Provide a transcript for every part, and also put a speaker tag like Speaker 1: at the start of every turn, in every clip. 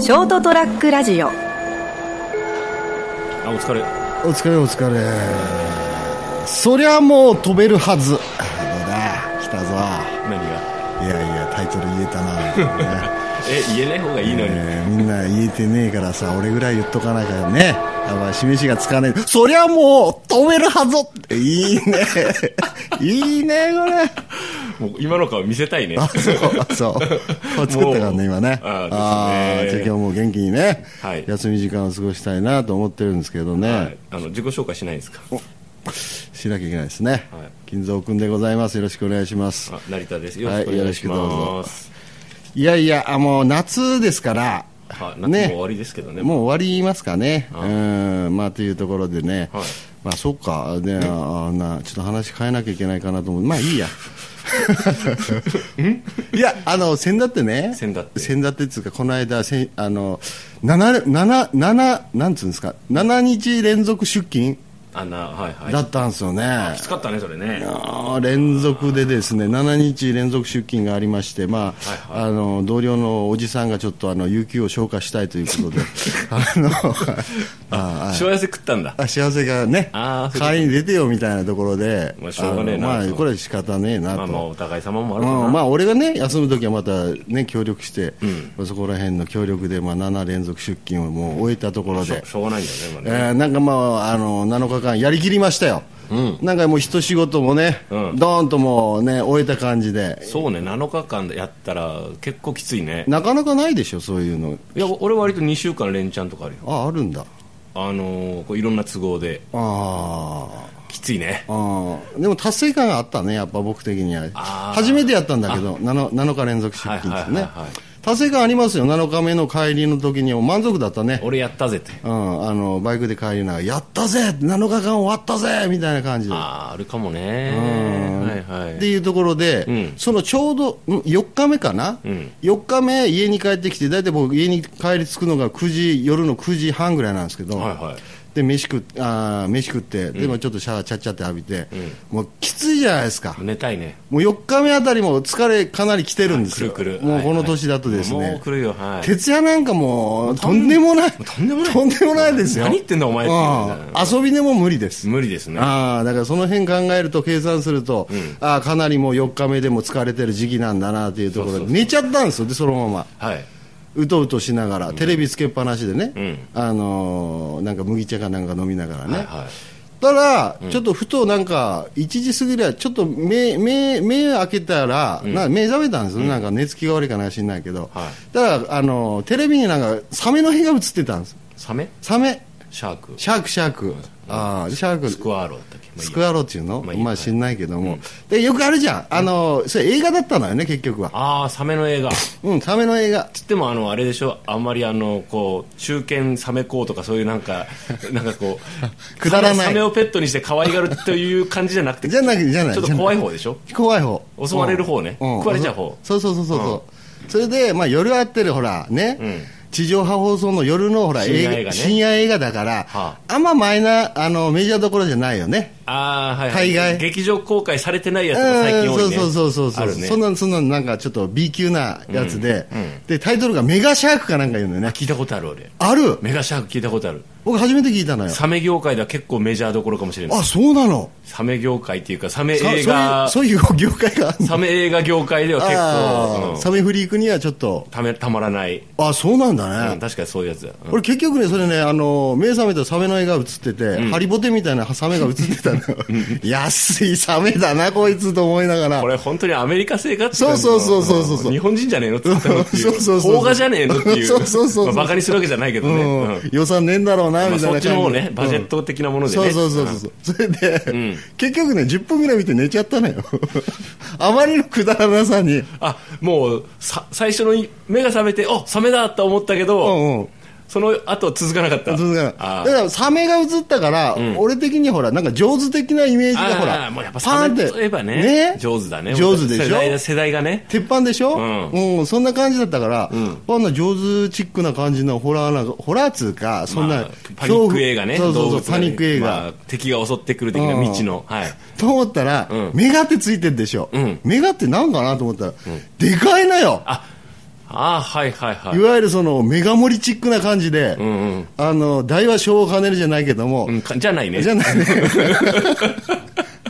Speaker 1: ショートトラックラジオ
Speaker 2: あお疲れ
Speaker 3: お疲れお疲れそりゃもう飛べるはずどうだ来たぞ
Speaker 2: 何が
Speaker 3: いやいやタイトル言えたな、
Speaker 2: え言えない方が いいのに、
Speaker 3: えーみんな言えてねえからさ俺ぐらい言っとかなきゃねやばい示しがつかねえそりゃもう飛べるはずいいね いいねこれ
Speaker 2: もう今の顔見せたいね
Speaker 3: あそうそうこ れ作ったからね今ね
Speaker 2: あー
Speaker 3: あー
Speaker 2: ですね
Speaker 3: じゃあ今日も元気にね、
Speaker 2: はい
Speaker 3: 休み時間を過ごしたいなと思ってるんですけどね、
Speaker 2: はいあの自己紹介しないんですか
Speaker 3: しなきゃいけないですね、
Speaker 2: はい
Speaker 3: 金蔵君でございますよろしくお願いします
Speaker 2: あ成田ですよろしくお願いし
Speaker 3: はいよ
Speaker 2: ま
Speaker 3: ろ
Speaker 2: す、
Speaker 3: いやいやあもう夏ですから
Speaker 2: はい、夏も終わりですけどね
Speaker 3: もう終わりますかね、うんまあ、というところでね、
Speaker 2: はい
Speaker 3: まあそっか、ね、あなちょっと話変えなきゃいけないかなと思う、まあい いや、 いや、あの先だってね、
Speaker 2: 先だって
Speaker 3: 先だってつうか、この間、せんあの7、7、7、なんつうんですか、7日連続出勤
Speaker 2: あなはいはい
Speaker 3: だったんですよね。
Speaker 2: きつかったねそれね
Speaker 3: あー連続でですね7日連続出勤がありまして、まああの同僚のおじさんがちょっとあの有給を消化したいとい うことであのあ
Speaker 2: しわ寄せ食ったんだ
Speaker 3: あ幸せがね
Speaker 2: あーそういうこと
Speaker 3: 代わりに出てよみたいなところで、
Speaker 2: まあしょうがねえな
Speaker 3: あのま
Speaker 2: と
Speaker 3: あ、これは仕方ねえな
Speaker 2: まあ
Speaker 3: と。
Speaker 2: まあお互い様もあるかな、
Speaker 3: うんまあ、俺がね休む時はまた、ね、協力して、そこら辺の協力で、まあ、7連続出勤をもう終えたところ
Speaker 2: し
Speaker 3: で
Speaker 2: ょしょうがないんだよね,、まあね
Speaker 3: えーなんかまあ、あの7日間やりきりましたよ、なんかもう一仕事もね、
Speaker 2: うん
Speaker 3: どーんともうね、終えた感じで、
Speaker 2: そうね7日間やったら結構きついね
Speaker 3: なかなかないでしょ、そういうの、
Speaker 2: いや俺割と2週間連チャンとかあるよ
Speaker 3: ああるんだ、
Speaker 2: あのーこういろんな都合で
Speaker 3: あー
Speaker 2: きついね
Speaker 3: あー、でも達成感があったね、やっぱ僕的には、
Speaker 2: あー
Speaker 3: 初めてやったんだけど、7, 7日連続出勤です
Speaker 2: はい
Speaker 3: ね
Speaker 2: はいはいはい、
Speaker 3: 達成感ありますよ、7日目の帰りの時には満足だったね。
Speaker 2: 俺やったぜって
Speaker 3: うん、あのバイクで帰りながら、やったぜ、7日間終わったぜみたいな感じで、
Speaker 2: あーあるかもねはいはい
Speaker 3: っていうところで、
Speaker 2: うん
Speaker 3: そのちょうどん4日目かな、
Speaker 2: うん
Speaker 3: 4日目、家に帰ってきて、大体僕、家に帰り着くのが9時夜の9時半ぐらいなんですけど、
Speaker 2: はいはい
Speaker 3: で飯食っあー飯食って、でもちょっとシャワーちゃっちゃって浴びて、もうきついじゃないですか。
Speaker 2: 寝たいね
Speaker 3: もう4日目あたりも疲れかなり来てるんですよ、
Speaker 2: くるくる
Speaker 3: もうこ
Speaker 2: はいは
Speaker 3: の
Speaker 2: い
Speaker 3: 年だとですね、
Speaker 2: もう来るよはい
Speaker 3: 徹夜なんかもうとんでもない、
Speaker 2: とんでもない
Speaker 3: とんでもないですよ、
Speaker 2: 何言ってんだお前って言うじゃん
Speaker 3: うん遊びでも無理です、
Speaker 2: 無理ですね
Speaker 3: ああだからその辺考えると、計算すると、ああかなりもう4日目でも疲れてる時期なんだなというところで、寝ちゃったんですよ、でそのまま、
Speaker 2: はい、
Speaker 3: うとうとしながら、テレビつけっぱなしでね、
Speaker 2: うん
Speaker 3: あのーなんか麦茶かなんか飲みながらね。
Speaker 2: はいはい
Speaker 3: たら、ちょっとふとなんか、1時過ぎりゃ、ちょっと目、目、目開けたら、な目覚めたんですよ、なんか寝つきが悪いかなんか知んないけど、
Speaker 2: は
Speaker 3: ただあの、テレビになんか、サメの絵が映ってたんです、
Speaker 2: サメ
Speaker 3: サメ、
Speaker 2: シャーク
Speaker 3: シャーク、シャーク、あーシャーク、
Speaker 2: スクワーローだったっけまあいいや
Speaker 3: スクワローっていうの、
Speaker 2: ま
Speaker 3: ま
Speaker 2: あ
Speaker 3: あ
Speaker 2: いいや
Speaker 3: 知んないけども、でよくあるじゃん、あのそれ映画だったのよね、結局は、
Speaker 2: ああサメの映画つ
Speaker 3: うん、サメの映画、
Speaker 2: ってもあのあれでしょあんまりあのこう中堅サメ校とかそういうなんか なんかこう
Speaker 3: くだらない
Speaker 2: サメサメをペットにして可愛がるという感じじゃなく て
Speaker 3: じゃなくじゃない
Speaker 2: ちょっと怖い方でしょ
Speaker 3: 怖い方、
Speaker 2: 襲われる方ね
Speaker 3: うん
Speaker 2: 食われちゃう方
Speaker 3: そうそうそうそうそう、それで、まあ、夜あってる、ほら、ね、
Speaker 2: ん
Speaker 3: 地上波放送の夜のほら
Speaker 2: 深夜映画ね
Speaker 3: 深夜映画だから、
Speaker 2: は
Speaker 3: あんまマイナーあのメジャーどころじゃないよね。
Speaker 2: ああはい、
Speaker 3: 海外
Speaker 2: 劇場公開されてないやつが最近
Speaker 3: う
Speaker 2: 多い
Speaker 3: ん
Speaker 2: ね
Speaker 3: そうそうそうそ
Speaker 2: あ
Speaker 3: うそう、
Speaker 2: るね
Speaker 3: そんなそんななんかちょっと B 級なやつで、でタイトルがメガシャークかなんか言うんだよね
Speaker 2: 聞いたことある俺
Speaker 3: ある
Speaker 2: メガシャーク聞いたことある
Speaker 3: 僕初めて聞いたのよ
Speaker 2: サメ業界では結構メジャーどころかもしれない
Speaker 3: あそうなの
Speaker 2: サメ業界っていうかサメ
Speaker 3: さ
Speaker 2: 映画
Speaker 3: そういうそういう業界があ るの
Speaker 2: サメ映画業界では結
Speaker 3: あ
Speaker 2: 構、
Speaker 3: ー
Speaker 2: うん
Speaker 3: サメフリークにはちょっと
Speaker 2: ためたまらない、
Speaker 3: あそうなん
Speaker 2: う
Speaker 3: だ
Speaker 2: ん
Speaker 3: ね、
Speaker 2: 確かにそういうやつだ、うん
Speaker 3: 俺結局ねそれねあの目覚めたサメの絵が映ってて、ハリボテみたいなサメが映ってたの安いサメだなこいつと思いながら
Speaker 2: これ本当にアメリカ生活
Speaker 3: そうそうそうそうそう
Speaker 2: 日本人じゃねえのって言ったのってい
Speaker 3: そうそう
Speaker 2: う
Speaker 3: そう
Speaker 2: 邦画じゃねえのっていう
Speaker 3: そうそうそうそう
Speaker 2: バカにするわけじゃないけどね、うん
Speaker 3: うん、予算ねえんだろうな
Speaker 2: ま
Speaker 3: み
Speaker 2: あ、そ
Speaker 3: たいな
Speaker 2: っ
Speaker 3: 感
Speaker 2: ち
Speaker 3: じ、
Speaker 2: の方ねバジェッ
Speaker 3: うん
Speaker 2: ト的なものでね、
Speaker 3: そうそうそうそうそうそれで、結局ね10分ぐらい見て寝ちゃったのよ あまりのくだらなさに
Speaker 2: あもうさ最初のい目が覚めておサメだと思ったけど、
Speaker 3: うんうん
Speaker 2: その後続かなかった
Speaker 3: 続かない
Speaker 2: あ
Speaker 3: だからサメが映ったから、俺的にほらなんか上手的なイメージがほら
Speaker 2: あーもうやっぱ
Speaker 3: パ
Speaker 2: サ
Speaker 3: ーンっ
Speaker 2: メ
Speaker 3: て
Speaker 2: といえばね上手だね
Speaker 3: 上手でし
Speaker 2: 世代
Speaker 3: ょ
Speaker 2: 世代がね
Speaker 3: 鉄板でしょ、
Speaker 2: う
Speaker 3: うんそんな感じだったから、あんな上手チックな感じのホラーなホラーっつうかそんな、
Speaker 2: まあパニック映画ね
Speaker 3: そうそう
Speaker 2: 動
Speaker 3: そう
Speaker 2: 物が
Speaker 3: パ
Speaker 2: ね
Speaker 3: ニック映画、
Speaker 2: まあ敵が襲ってくる的な
Speaker 3: うん
Speaker 2: 未知の、はい、
Speaker 3: と思ったら、
Speaker 2: うん
Speaker 3: メガってついてるでしょ、
Speaker 2: うん
Speaker 3: メガってなんかなと思ったら、でかいなよ
Speaker 2: ああーはいはいはいい
Speaker 3: わゆるそのメガ盛りチックな感じで、
Speaker 2: うんうん
Speaker 3: あの大は小を跳ねるじゃないけども、
Speaker 2: うんかじゃないね
Speaker 3: じゃ ないね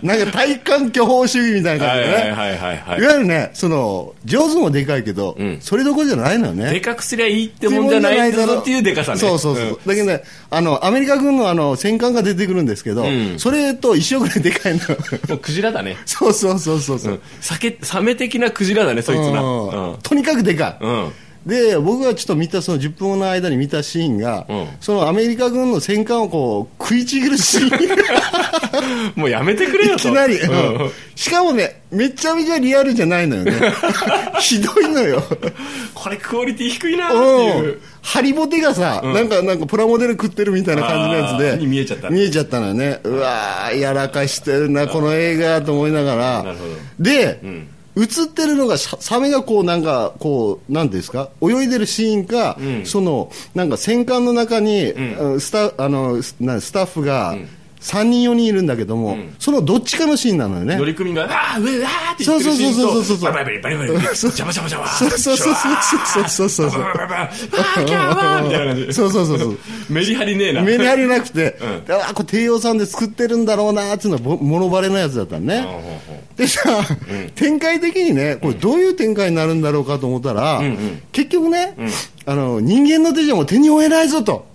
Speaker 3: なんか体感巨峰主義みたいな
Speaker 2: はい
Speaker 3: 感じで
Speaker 2: はいい
Speaker 3: ね、
Speaker 2: はいはいはい
Speaker 3: わゆるねその上手もでかいけど、
Speaker 2: ん
Speaker 3: それどころじゃないのよ
Speaker 2: で
Speaker 3: ね
Speaker 2: かくすりゃいいってもんじゃないぞっていうでかさね
Speaker 3: そうそうそう、
Speaker 2: ん
Speaker 3: だけどねあのアメリカ軍のあの戦艦が出てくるんですけど、
Speaker 2: ん
Speaker 3: それと一緒ぐらいでかいの
Speaker 2: もうクジラだね、
Speaker 3: そうそうそうそうそううん
Speaker 2: 酒サメ的なクジラだねそいつな
Speaker 3: うん
Speaker 2: うん
Speaker 3: とにかくでかい、
Speaker 2: うん
Speaker 3: で僕がちょっと見たその10分の間に見たシーンが、
Speaker 2: うん
Speaker 3: そのアメリカ軍の戦艦をこう食いちぎるシーン
Speaker 2: もうやめてくれよ
Speaker 3: い
Speaker 2: と
Speaker 3: きなり、
Speaker 2: うん
Speaker 3: うんしかもねめちゃめちゃリアルじゃない のよねひどいのよ
Speaker 2: これクオリティ低いなって
Speaker 3: う
Speaker 2: い
Speaker 3: ん
Speaker 2: う
Speaker 3: ハリボテがさ、なんかなんかプラモデル食ってるみたいな感じのやつ
Speaker 2: あ
Speaker 3: で
Speaker 2: ーに見えちゃった
Speaker 3: 見えちゃったのよねうわーやらかしてるなこの映画と思いながら
Speaker 2: なるほど
Speaker 3: で、映ってるのがシャサメがこうなんかこうなんていうんですか泳いでるシーンか、そのなんか戦艦の中に、うんスタあのスなスタッフが3人4人いるんだけども、そのどっちかのシーンなのよね
Speaker 2: 乗組員が「ああ上うわー」って言ってるシーンと
Speaker 3: そうそうそうそうそう
Speaker 2: バリバリバリバリバリジャバジャバジャバ
Speaker 3: そうそうそうそうそうそうそうそう
Speaker 2: バババババあーキャーバーみたいな感じ
Speaker 3: そうそうそうそう
Speaker 2: メリハリねえな
Speaker 3: 目に入れなくて、であこれ低予算で作ってるんだろうなーっていうのはぼ物バレのやつだったの
Speaker 2: うんうんう
Speaker 3: ね、
Speaker 2: ん
Speaker 3: でさ、展開的にねこれどういう展開になるんだろうかと思ったら、結局ね、あの人間の手じゃもう手に負えないぞと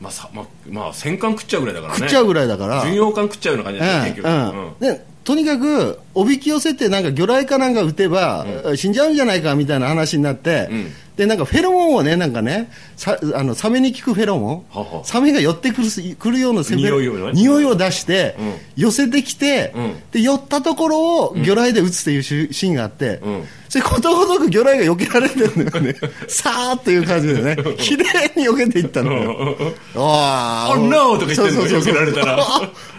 Speaker 2: まあさまあまあ戦艦食っちゃうぐらいだからね
Speaker 3: 食っちゃうぐらいだから、
Speaker 2: 巡洋艦食っちゃうような感じだね結
Speaker 3: う
Speaker 2: 局
Speaker 3: んうん、でとにかくおびき寄せてなんか魚雷かなんか撃てば、死んじゃうんじゃないかみたいな話になって、
Speaker 2: ん
Speaker 3: でなんかフェロモンをねなんかねさあのサメに効くフェロモン
Speaker 2: はは
Speaker 3: サメが寄ってくるす来るようなセミ
Speaker 2: 匂いをね
Speaker 3: 匂いを出して、
Speaker 2: うん
Speaker 3: 寄せてきて、
Speaker 2: うん
Speaker 3: で寄ったところを魚雷で撃つというシシーンがあって、
Speaker 2: うん
Speaker 3: それことごとく魚雷が避けられてるんだ よねさーっという感じでね綺麗に避けていったのよ。あ
Speaker 2: Oh no! とか言ってんの避けられたら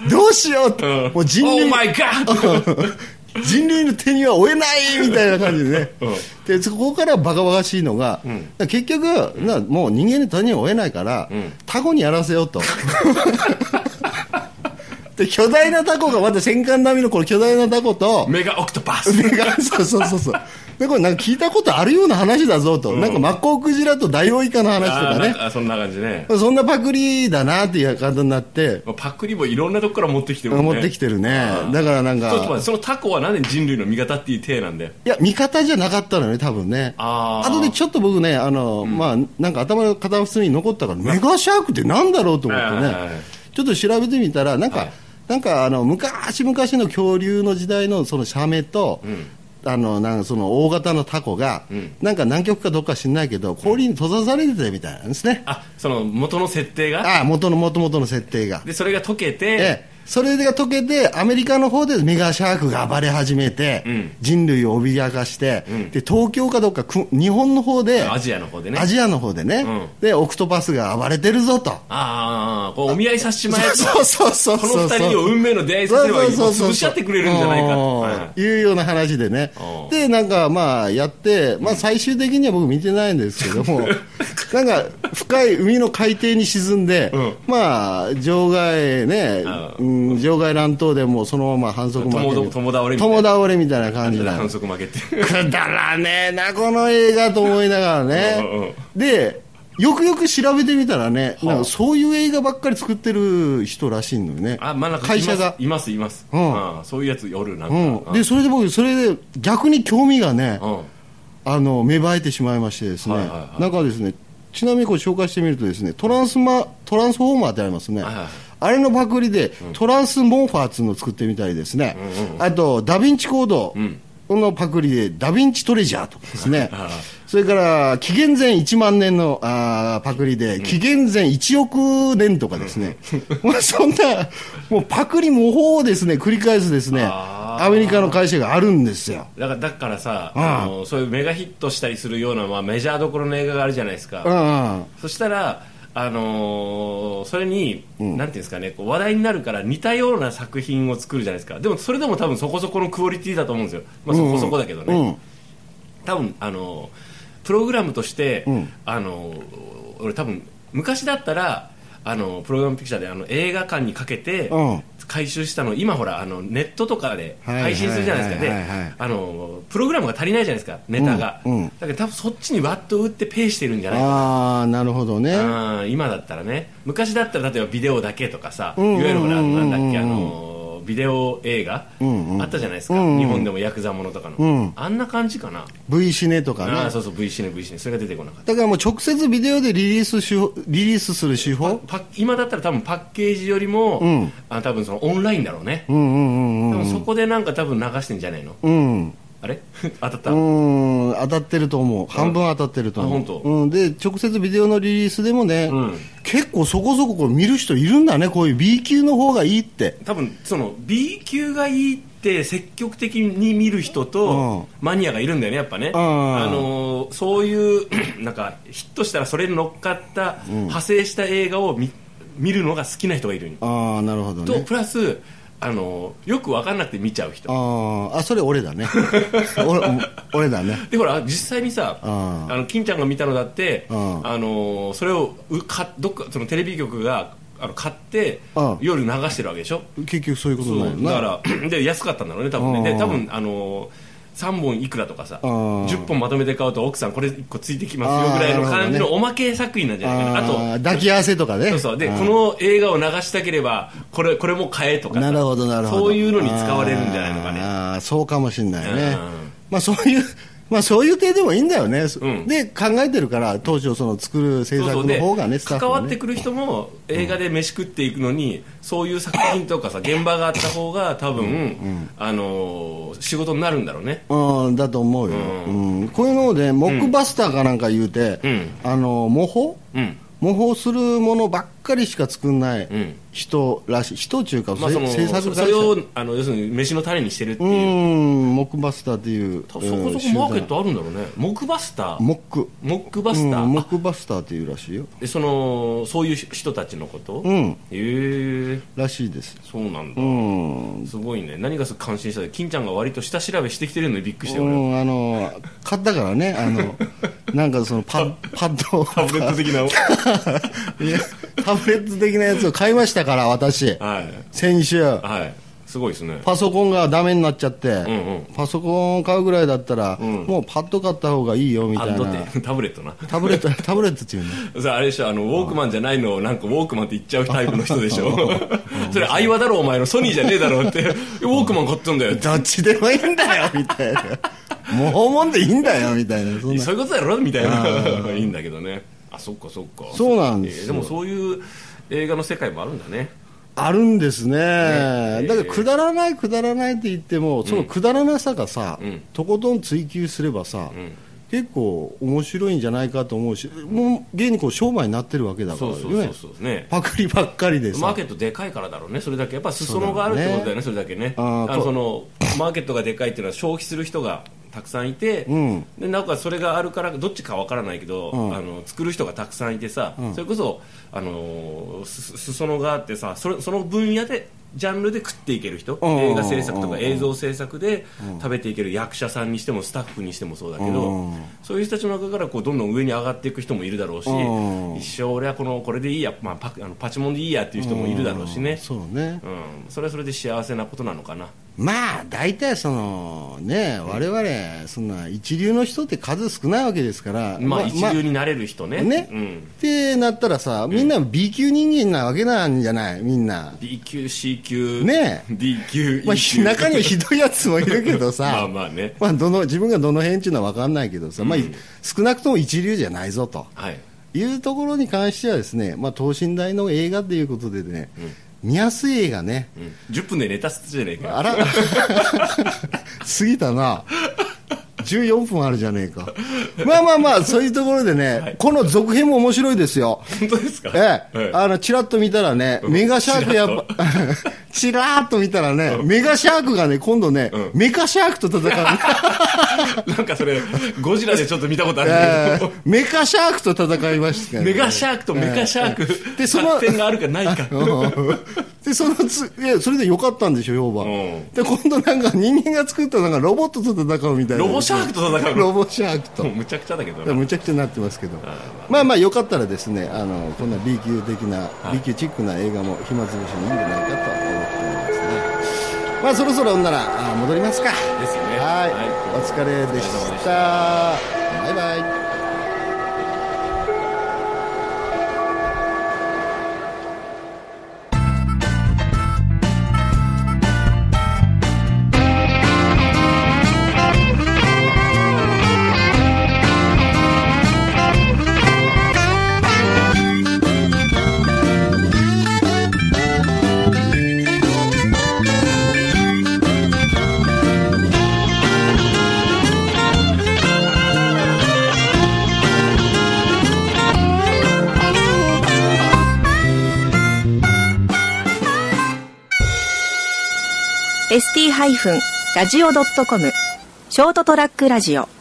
Speaker 3: どうしようって、
Speaker 2: うん
Speaker 3: もう人
Speaker 2: Oh
Speaker 3: 類
Speaker 2: my god!
Speaker 3: 人類の手には負えないみたいな感じでね、でそこからバカバカしいのが、結局なもう人間の手には負えないから、タコにやらせようと で巨大なタコがまた戦艦並みのこの巨大なタコと
Speaker 2: メガオクトパス
Speaker 3: 目が そうそうそうそうでこれなんか聞いたことあるような話だぞと、なんかマッコウクジラとダイオウイカの話と
Speaker 2: あーな
Speaker 3: か
Speaker 2: ん
Speaker 3: ね
Speaker 2: かそんな感じね
Speaker 3: そんなパクリだなっていう感じになって
Speaker 2: まあパクリもいろんなとこから持ってきてるもんね
Speaker 3: 持ってきてるね
Speaker 2: あー
Speaker 3: だからなん
Speaker 2: ちょっと待っ
Speaker 3: か
Speaker 2: てそのタコはなんで人類の味方っていう体なんで
Speaker 3: いや味方じゃなかったのね多分ね
Speaker 2: あー
Speaker 3: とでちょっと僕ねあの、まあなんか頭の片隅に残ったからメガシャークってなんだろうと思って
Speaker 2: は
Speaker 3: ね
Speaker 2: いはいはい
Speaker 3: ちょっと調べてみたらなんか、
Speaker 2: はい
Speaker 3: なんかあの昔々の恐竜の時代のそのサメと、あのなんかその大型のタコが、なんか南極かどっか知んないけど氷に閉ざされてたみたいなんですね、
Speaker 2: あその元の設定が
Speaker 3: ああ元の元々の設定が
Speaker 2: でそれが溶けて、
Speaker 3: ええ、それが解けて、アメリカの方でメガシャークが暴れ始めて、
Speaker 2: ん
Speaker 3: 人類を脅かして、で東京かどっかく、日本の方で、
Speaker 2: アジアの方でね
Speaker 3: アジアの方でね、
Speaker 2: うん
Speaker 3: でオクトパスが暴れてるぞと。
Speaker 2: ああこうお見合いさせちまえと
Speaker 3: そうそうそう
Speaker 2: こ
Speaker 3: そう
Speaker 2: の二人を運命の出会いさせればいいもう潰し合ってくれるんじゃないかとはい
Speaker 3: い、いうような話でね
Speaker 2: うん
Speaker 3: でなんかまあやって、まあ、最終的には僕見てないんですけど もなんか深い海の海底に沈んで、
Speaker 2: うん
Speaker 3: まあ場外ね、
Speaker 2: う
Speaker 3: うん、場外乱闘でもうそのまま反則負け
Speaker 2: 友友倒れみたいな
Speaker 3: 友倒れみたいな感じだ
Speaker 2: 反則負けて
Speaker 3: くだらねえなこの映画と思いながら
Speaker 2: うんうん
Speaker 3: ねでよくよく調べてみたらね、なんかそういう映画ばっかり作ってる人らしいのよね
Speaker 2: あ、まあ、なんか
Speaker 3: 会社が
Speaker 2: いますいますいます、
Speaker 3: う
Speaker 2: うんんそういうやつおるなんか、
Speaker 3: うん、でそれで僕、それで逆に興味がね、
Speaker 2: うん
Speaker 3: あの芽生えてしまいましてですね、
Speaker 2: はいはいはい
Speaker 3: なんかですね、ちなみにこれ紹介してみるとですね、トランスマトランスフォーマーってありますね、
Speaker 2: はいはい
Speaker 3: あれのパクリで、トランスモーファーっていうのを作ってみたりですね、あとダヴィンチコードのパクリで、ダヴィンチトレジャーとかですね、それから紀元前1万年のあーパクリで、紀元前1億年とかですね、もうそんな、もうパクリ模倣をですね、繰り返すですね、
Speaker 2: あー
Speaker 3: アメリカの会社があるんですよ。
Speaker 2: だからだからさ、
Speaker 3: うん
Speaker 2: あのそういうメガヒットしたりするような、まあ、メジャーどころの映画があるじゃないですか、
Speaker 3: うんうん
Speaker 2: そしたら、あのーそれに、なんていうんですかね、こう話題になるから似たような作品を作るじゃないですか。でも、それでも多分そこそこのクオリティだと思うんですよ。まあ、そこそこだけどね。
Speaker 3: うん
Speaker 2: 多分、あのープログラムとして、
Speaker 3: ん
Speaker 2: あのー俺多分、昔だったら、あのプログラムピクチャーであの映画館にかけて
Speaker 3: うん
Speaker 2: 回収したのを今ほらあのネットとかで
Speaker 3: はい
Speaker 2: 配信するじゃないですか
Speaker 3: はいはいはいはい
Speaker 2: であのプログラムが足りないじゃないですかネタが、
Speaker 3: うんうん
Speaker 2: だけど多分そっちにワッと打ってペイしてるんじゃないかな
Speaker 3: ああなるほどね
Speaker 2: うん今だったらね昔だったら例えばビデオだけとかさ、
Speaker 3: んうんうん
Speaker 2: いわゆるほら
Speaker 3: うんうん
Speaker 2: な
Speaker 3: うん
Speaker 2: んだっけあのビデオ映画、
Speaker 3: んうん
Speaker 2: あったじゃないですか、
Speaker 3: うんうん
Speaker 2: 日本でもヤクザものとかの、
Speaker 3: ん
Speaker 2: あんな感じかな、
Speaker 3: V シネとか
Speaker 2: ああ
Speaker 3: ね
Speaker 2: そうそう V シネ V シネそれが出てこなかった
Speaker 3: だからもう直接ビデオでリリース手法リリースする手法
Speaker 2: パッ今だったら多分パッケージよりも、
Speaker 3: ん
Speaker 2: あ多分そのオンラインだろうね、
Speaker 3: うんうんうん
Speaker 2: でもそこでなんか多分流してんじゃないの
Speaker 3: うんうん
Speaker 2: あれ 当たった、
Speaker 3: うん当たってると思う半分当たってると思う、
Speaker 2: あ本当
Speaker 3: うん、で直接ビデオのリリースでもね、
Speaker 2: うん
Speaker 3: 結構そこそここう見る人いるんだねこういう B 級の方がいいって
Speaker 2: 多分その B 級がいいって積極的に見る人とマニアがいるんだよねやっぱね、
Speaker 3: ん
Speaker 2: あのーそういう なんかヒットしたらそれに乗っかった派生した映画を見見るのが好きな人がいるんよ
Speaker 3: ああなるほど
Speaker 2: と
Speaker 3: ね
Speaker 2: プラスあのーよく分かんなくて見ちゃう人
Speaker 3: あーあそれ 俺だね俺俺だね
Speaker 2: でほら実際にさ
Speaker 3: あ
Speaker 2: あ
Speaker 3: ー
Speaker 2: の金ちゃんが見たのだって
Speaker 3: う
Speaker 2: あ
Speaker 3: ん
Speaker 2: のーそれをうかどっかそのテレビ局があの買って
Speaker 3: うん
Speaker 2: 夜流してるわけでしょ
Speaker 3: 結局そういうことにな
Speaker 2: そ
Speaker 3: るよ
Speaker 2: う
Speaker 3: な
Speaker 2: だか らで安かったんだろうね多分
Speaker 3: うん
Speaker 2: ねで多分あのー3本いくらとかさ
Speaker 3: うん
Speaker 2: 10本まとめて買うと奥さんこれ1個ついてきますよぐらいの感じ
Speaker 3: あーなるほど
Speaker 2: の
Speaker 3: ね
Speaker 2: おまけ作品なんじゃないかな
Speaker 3: あ
Speaker 2: あ
Speaker 3: ー抱き合わせとかね
Speaker 2: とそうそうで
Speaker 3: あー
Speaker 2: この映画を流したければこれこれも買えとかさ
Speaker 3: なるほどなるほど
Speaker 2: そういうのに使われるんじゃないのかね
Speaker 3: あーそうかもしれないね、
Speaker 2: うん
Speaker 3: まあそういう まあそういう体でもいいんだよね、
Speaker 2: うん
Speaker 3: で考えてるから当初その作る制
Speaker 2: そうそ
Speaker 3: 作
Speaker 2: う
Speaker 3: の
Speaker 2: で
Speaker 3: 方がねスタッフ
Speaker 2: 関
Speaker 3: が
Speaker 2: わ
Speaker 3: ね
Speaker 2: ってくる人も映画で飯食っていくのにそういう作品とかさ現場があった方が多分あのー仕事になるんだろうね
Speaker 3: うん、だと思うよ、うんこういうのでモックバスターかなんか言うて、
Speaker 2: うん
Speaker 3: あの模倣
Speaker 2: うん
Speaker 3: 模倣するものばっかりしか作んない
Speaker 2: ん
Speaker 3: 人らしい人中か、
Speaker 2: まあその
Speaker 3: 制作
Speaker 2: そ
Speaker 3: 会社
Speaker 2: それをあの要するに飯の種にしてるって
Speaker 3: う
Speaker 2: いうん
Speaker 3: モックバスターっていう
Speaker 2: 多分そこそ
Speaker 3: うん
Speaker 2: こマーケットあるんだろうねモクバスター
Speaker 3: モック
Speaker 2: モックバスタ
Speaker 3: うん、モッ
Speaker 2: ー
Speaker 3: クバスターっていうらしいよ
Speaker 2: でそのそういう人たちのこと
Speaker 3: ん
Speaker 2: へえ
Speaker 3: らしいです
Speaker 2: そうなん
Speaker 3: う
Speaker 2: だ
Speaker 3: ん
Speaker 2: すごいね何がすごく感心したって金ちゃんが割と下調べしてきてるのにびっくりして
Speaker 3: う
Speaker 2: 俺は
Speaker 3: ん、あの買ったからねあ のなんかそのパッパッドを
Speaker 2: タブレット的な
Speaker 3: いやタブレット的なやつを買いましたから私
Speaker 2: はい
Speaker 3: 先週
Speaker 2: はいすごいですね
Speaker 3: パソコンがダメになっちゃって、
Speaker 2: んうん
Speaker 3: パソコンを買うぐらいだったら、
Speaker 2: ん
Speaker 3: もうパッド買った方がいいよみ
Speaker 2: パ
Speaker 3: た
Speaker 2: ッ
Speaker 3: い
Speaker 2: ド
Speaker 3: な
Speaker 2: って タブレットな
Speaker 3: タ ブレットタブレットっていうの
Speaker 2: さああれでしょあのウォークマンじゃないのをなんかウォークマンって言っちゃうタイプの人でし ょそれ相葉だろお前のソニーじゃねえだ ろってウォークマン買ったんだよって
Speaker 3: どっちでもいいんだよみたいなもう訪問でいいんだよみたいなそん な
Speaker 2: そういうことだろみたいないいんだけどねあそっかそっか
Speaker 3: そうなんです
Speaker 2: えー
Speaker 3: よ
Speaker 2: でもそういう映画の世界もあるんだね
Speaker 3: あるんですね
Speaker 2: ね
Speaker 3: だからくだらないくだらないって言ってもそのくだらなさがさ、
Speaker 2: うん
Speaker 3: とことん追求すればさ、
Speaker 2: ん
Speaker 3: 結構面白いんじゃないかと思うしもう現にこう商売になってるわけだから
Speaker 2: そ
Speaker 3: ね
Speaker 2: うそうそうそうね
Speaker 3: パクリばっかりで
Speaker 2: マー
Speaker 3: さ
Speaker 2: ケットでかいからだろうねそれだけやっぱ裾野があるってことだよねそれだけね
Speaker 3: あー
Speaker 2: あの
Speaker 3: そ
Speaker 2: そうのマーケットがでかいっていうのは消費する人がたくさんいて、
Speaker 3: ん
Speaker 2: でなんかそれがあるからどっちかわからないけど、
Speaker 3: ん
Speaker 2: あの作る人がたくさんいてさ、それこそあのーす裾野があってさそれその分野でジャンルで食っていける人
Speaker 3: ん
Speaker 2: 映画制作と
Speaker 3: う
Speaker 2: か
Speaker 3: ん
Speaker 2: 映像制作で食べていける役者さんにしてもスタッフにしてもそうだけど、
Speaker 3: うん
Speaker 2: そういう人たちの中からこうどんどん上に上がっていく人もいるだろうし、
Speaker 3: うん
Speaker 2: 一生俺はこのこれでいいや、まあ、パクあのパチモンでいいやっていう人もいるだろうしね、
Speaker 3: そうね
Speaker 2: うん、それはそれで幸せなことなのかな
Speaker 3: まあ大体そのね我々そんな一流の人って数少ないわけですから
Speaker 2: まあ一流
Speaker 3: に
Speaker 2: になれる人ね,、
Speaker 3: ね、
Speaker 2: うん
Speaker 3: ってなったらさみんな B 級人間なわけなんじゃないみんな
Speaker 2: B 級 C 級
Speaker 3: ね
Speaker 2: D 級、
Speaker 3: まあ、
Speaker 2: E 級
Speaker 3: 中にはひどいやつもいるけどさ
Speaker 2: まあまあね
Speaker 3: まあどの自分がどの辺っていうのは分かんないけどさ、まあ
Speaker 2: うん
Speaker 3: 少なくとも一流じゃないぞと
Speaker 2: はい
Speaker 3: いうところに関してはですね、まあ、等身大の映画ということでね、見やすい映画ね
Speaker 2: うん、10分でネタ捨てじゃねえかよ
Speaker 3: あら 過ぎたな14分あるじゃねえかまあまあまあそういうところでね、この続編も面白いですよ
Speaker 2: 本当ですか
Speaker 3: ええ
Speaker 2: はい
Speaker 3: あの、チラッと見たらね、
Speaker 2: うん
Speaker 3: メガシャークやっぱ、 チラッと見たらね、メガシャークがね、今度ね、メカシャークと戦う。
Speaker 2: なんかそれゴジラでちょっと見たことある
Speaker 3: え
Speaker 2: けど
Speaker 3: ーメカシャークと戦いましたからね
Speaker 2: メガシャークとメカシャーク、
Speaker 3: でその
Speaker 2: 作戦があるかないか。
Speaker 3: でそのついやそれでよかったんでしょ評判、
Speaker 2: うん
Speaker 3: で今度なんか人間が作ったなんかロボットと戦うみたいな
Speaker 2: ロボシャークと戦うの
Speaker 3: ロボシャークと
Speaker 2: もうむちゃくちゃだけど
Speaker 3: いや
Speaker 2: な。
Speaker 3: むちゃくちゃになってますけど、まあまあよかったらですねあのこんな B 級的な、B 級チックな映画も暇つぶしにいいんじゃないかと思っておりますねまあそろそろほんならあ戻りますか
Speaker 2: ですよね
Speaker 3: はい、
Speaker 2: はい
Speaker 3: お疲れでし
Speaker 2: お疲れ様でした
Speaker 3: バイバイ
Speaker 1: ー ST-radio.com ショートトラックラジオ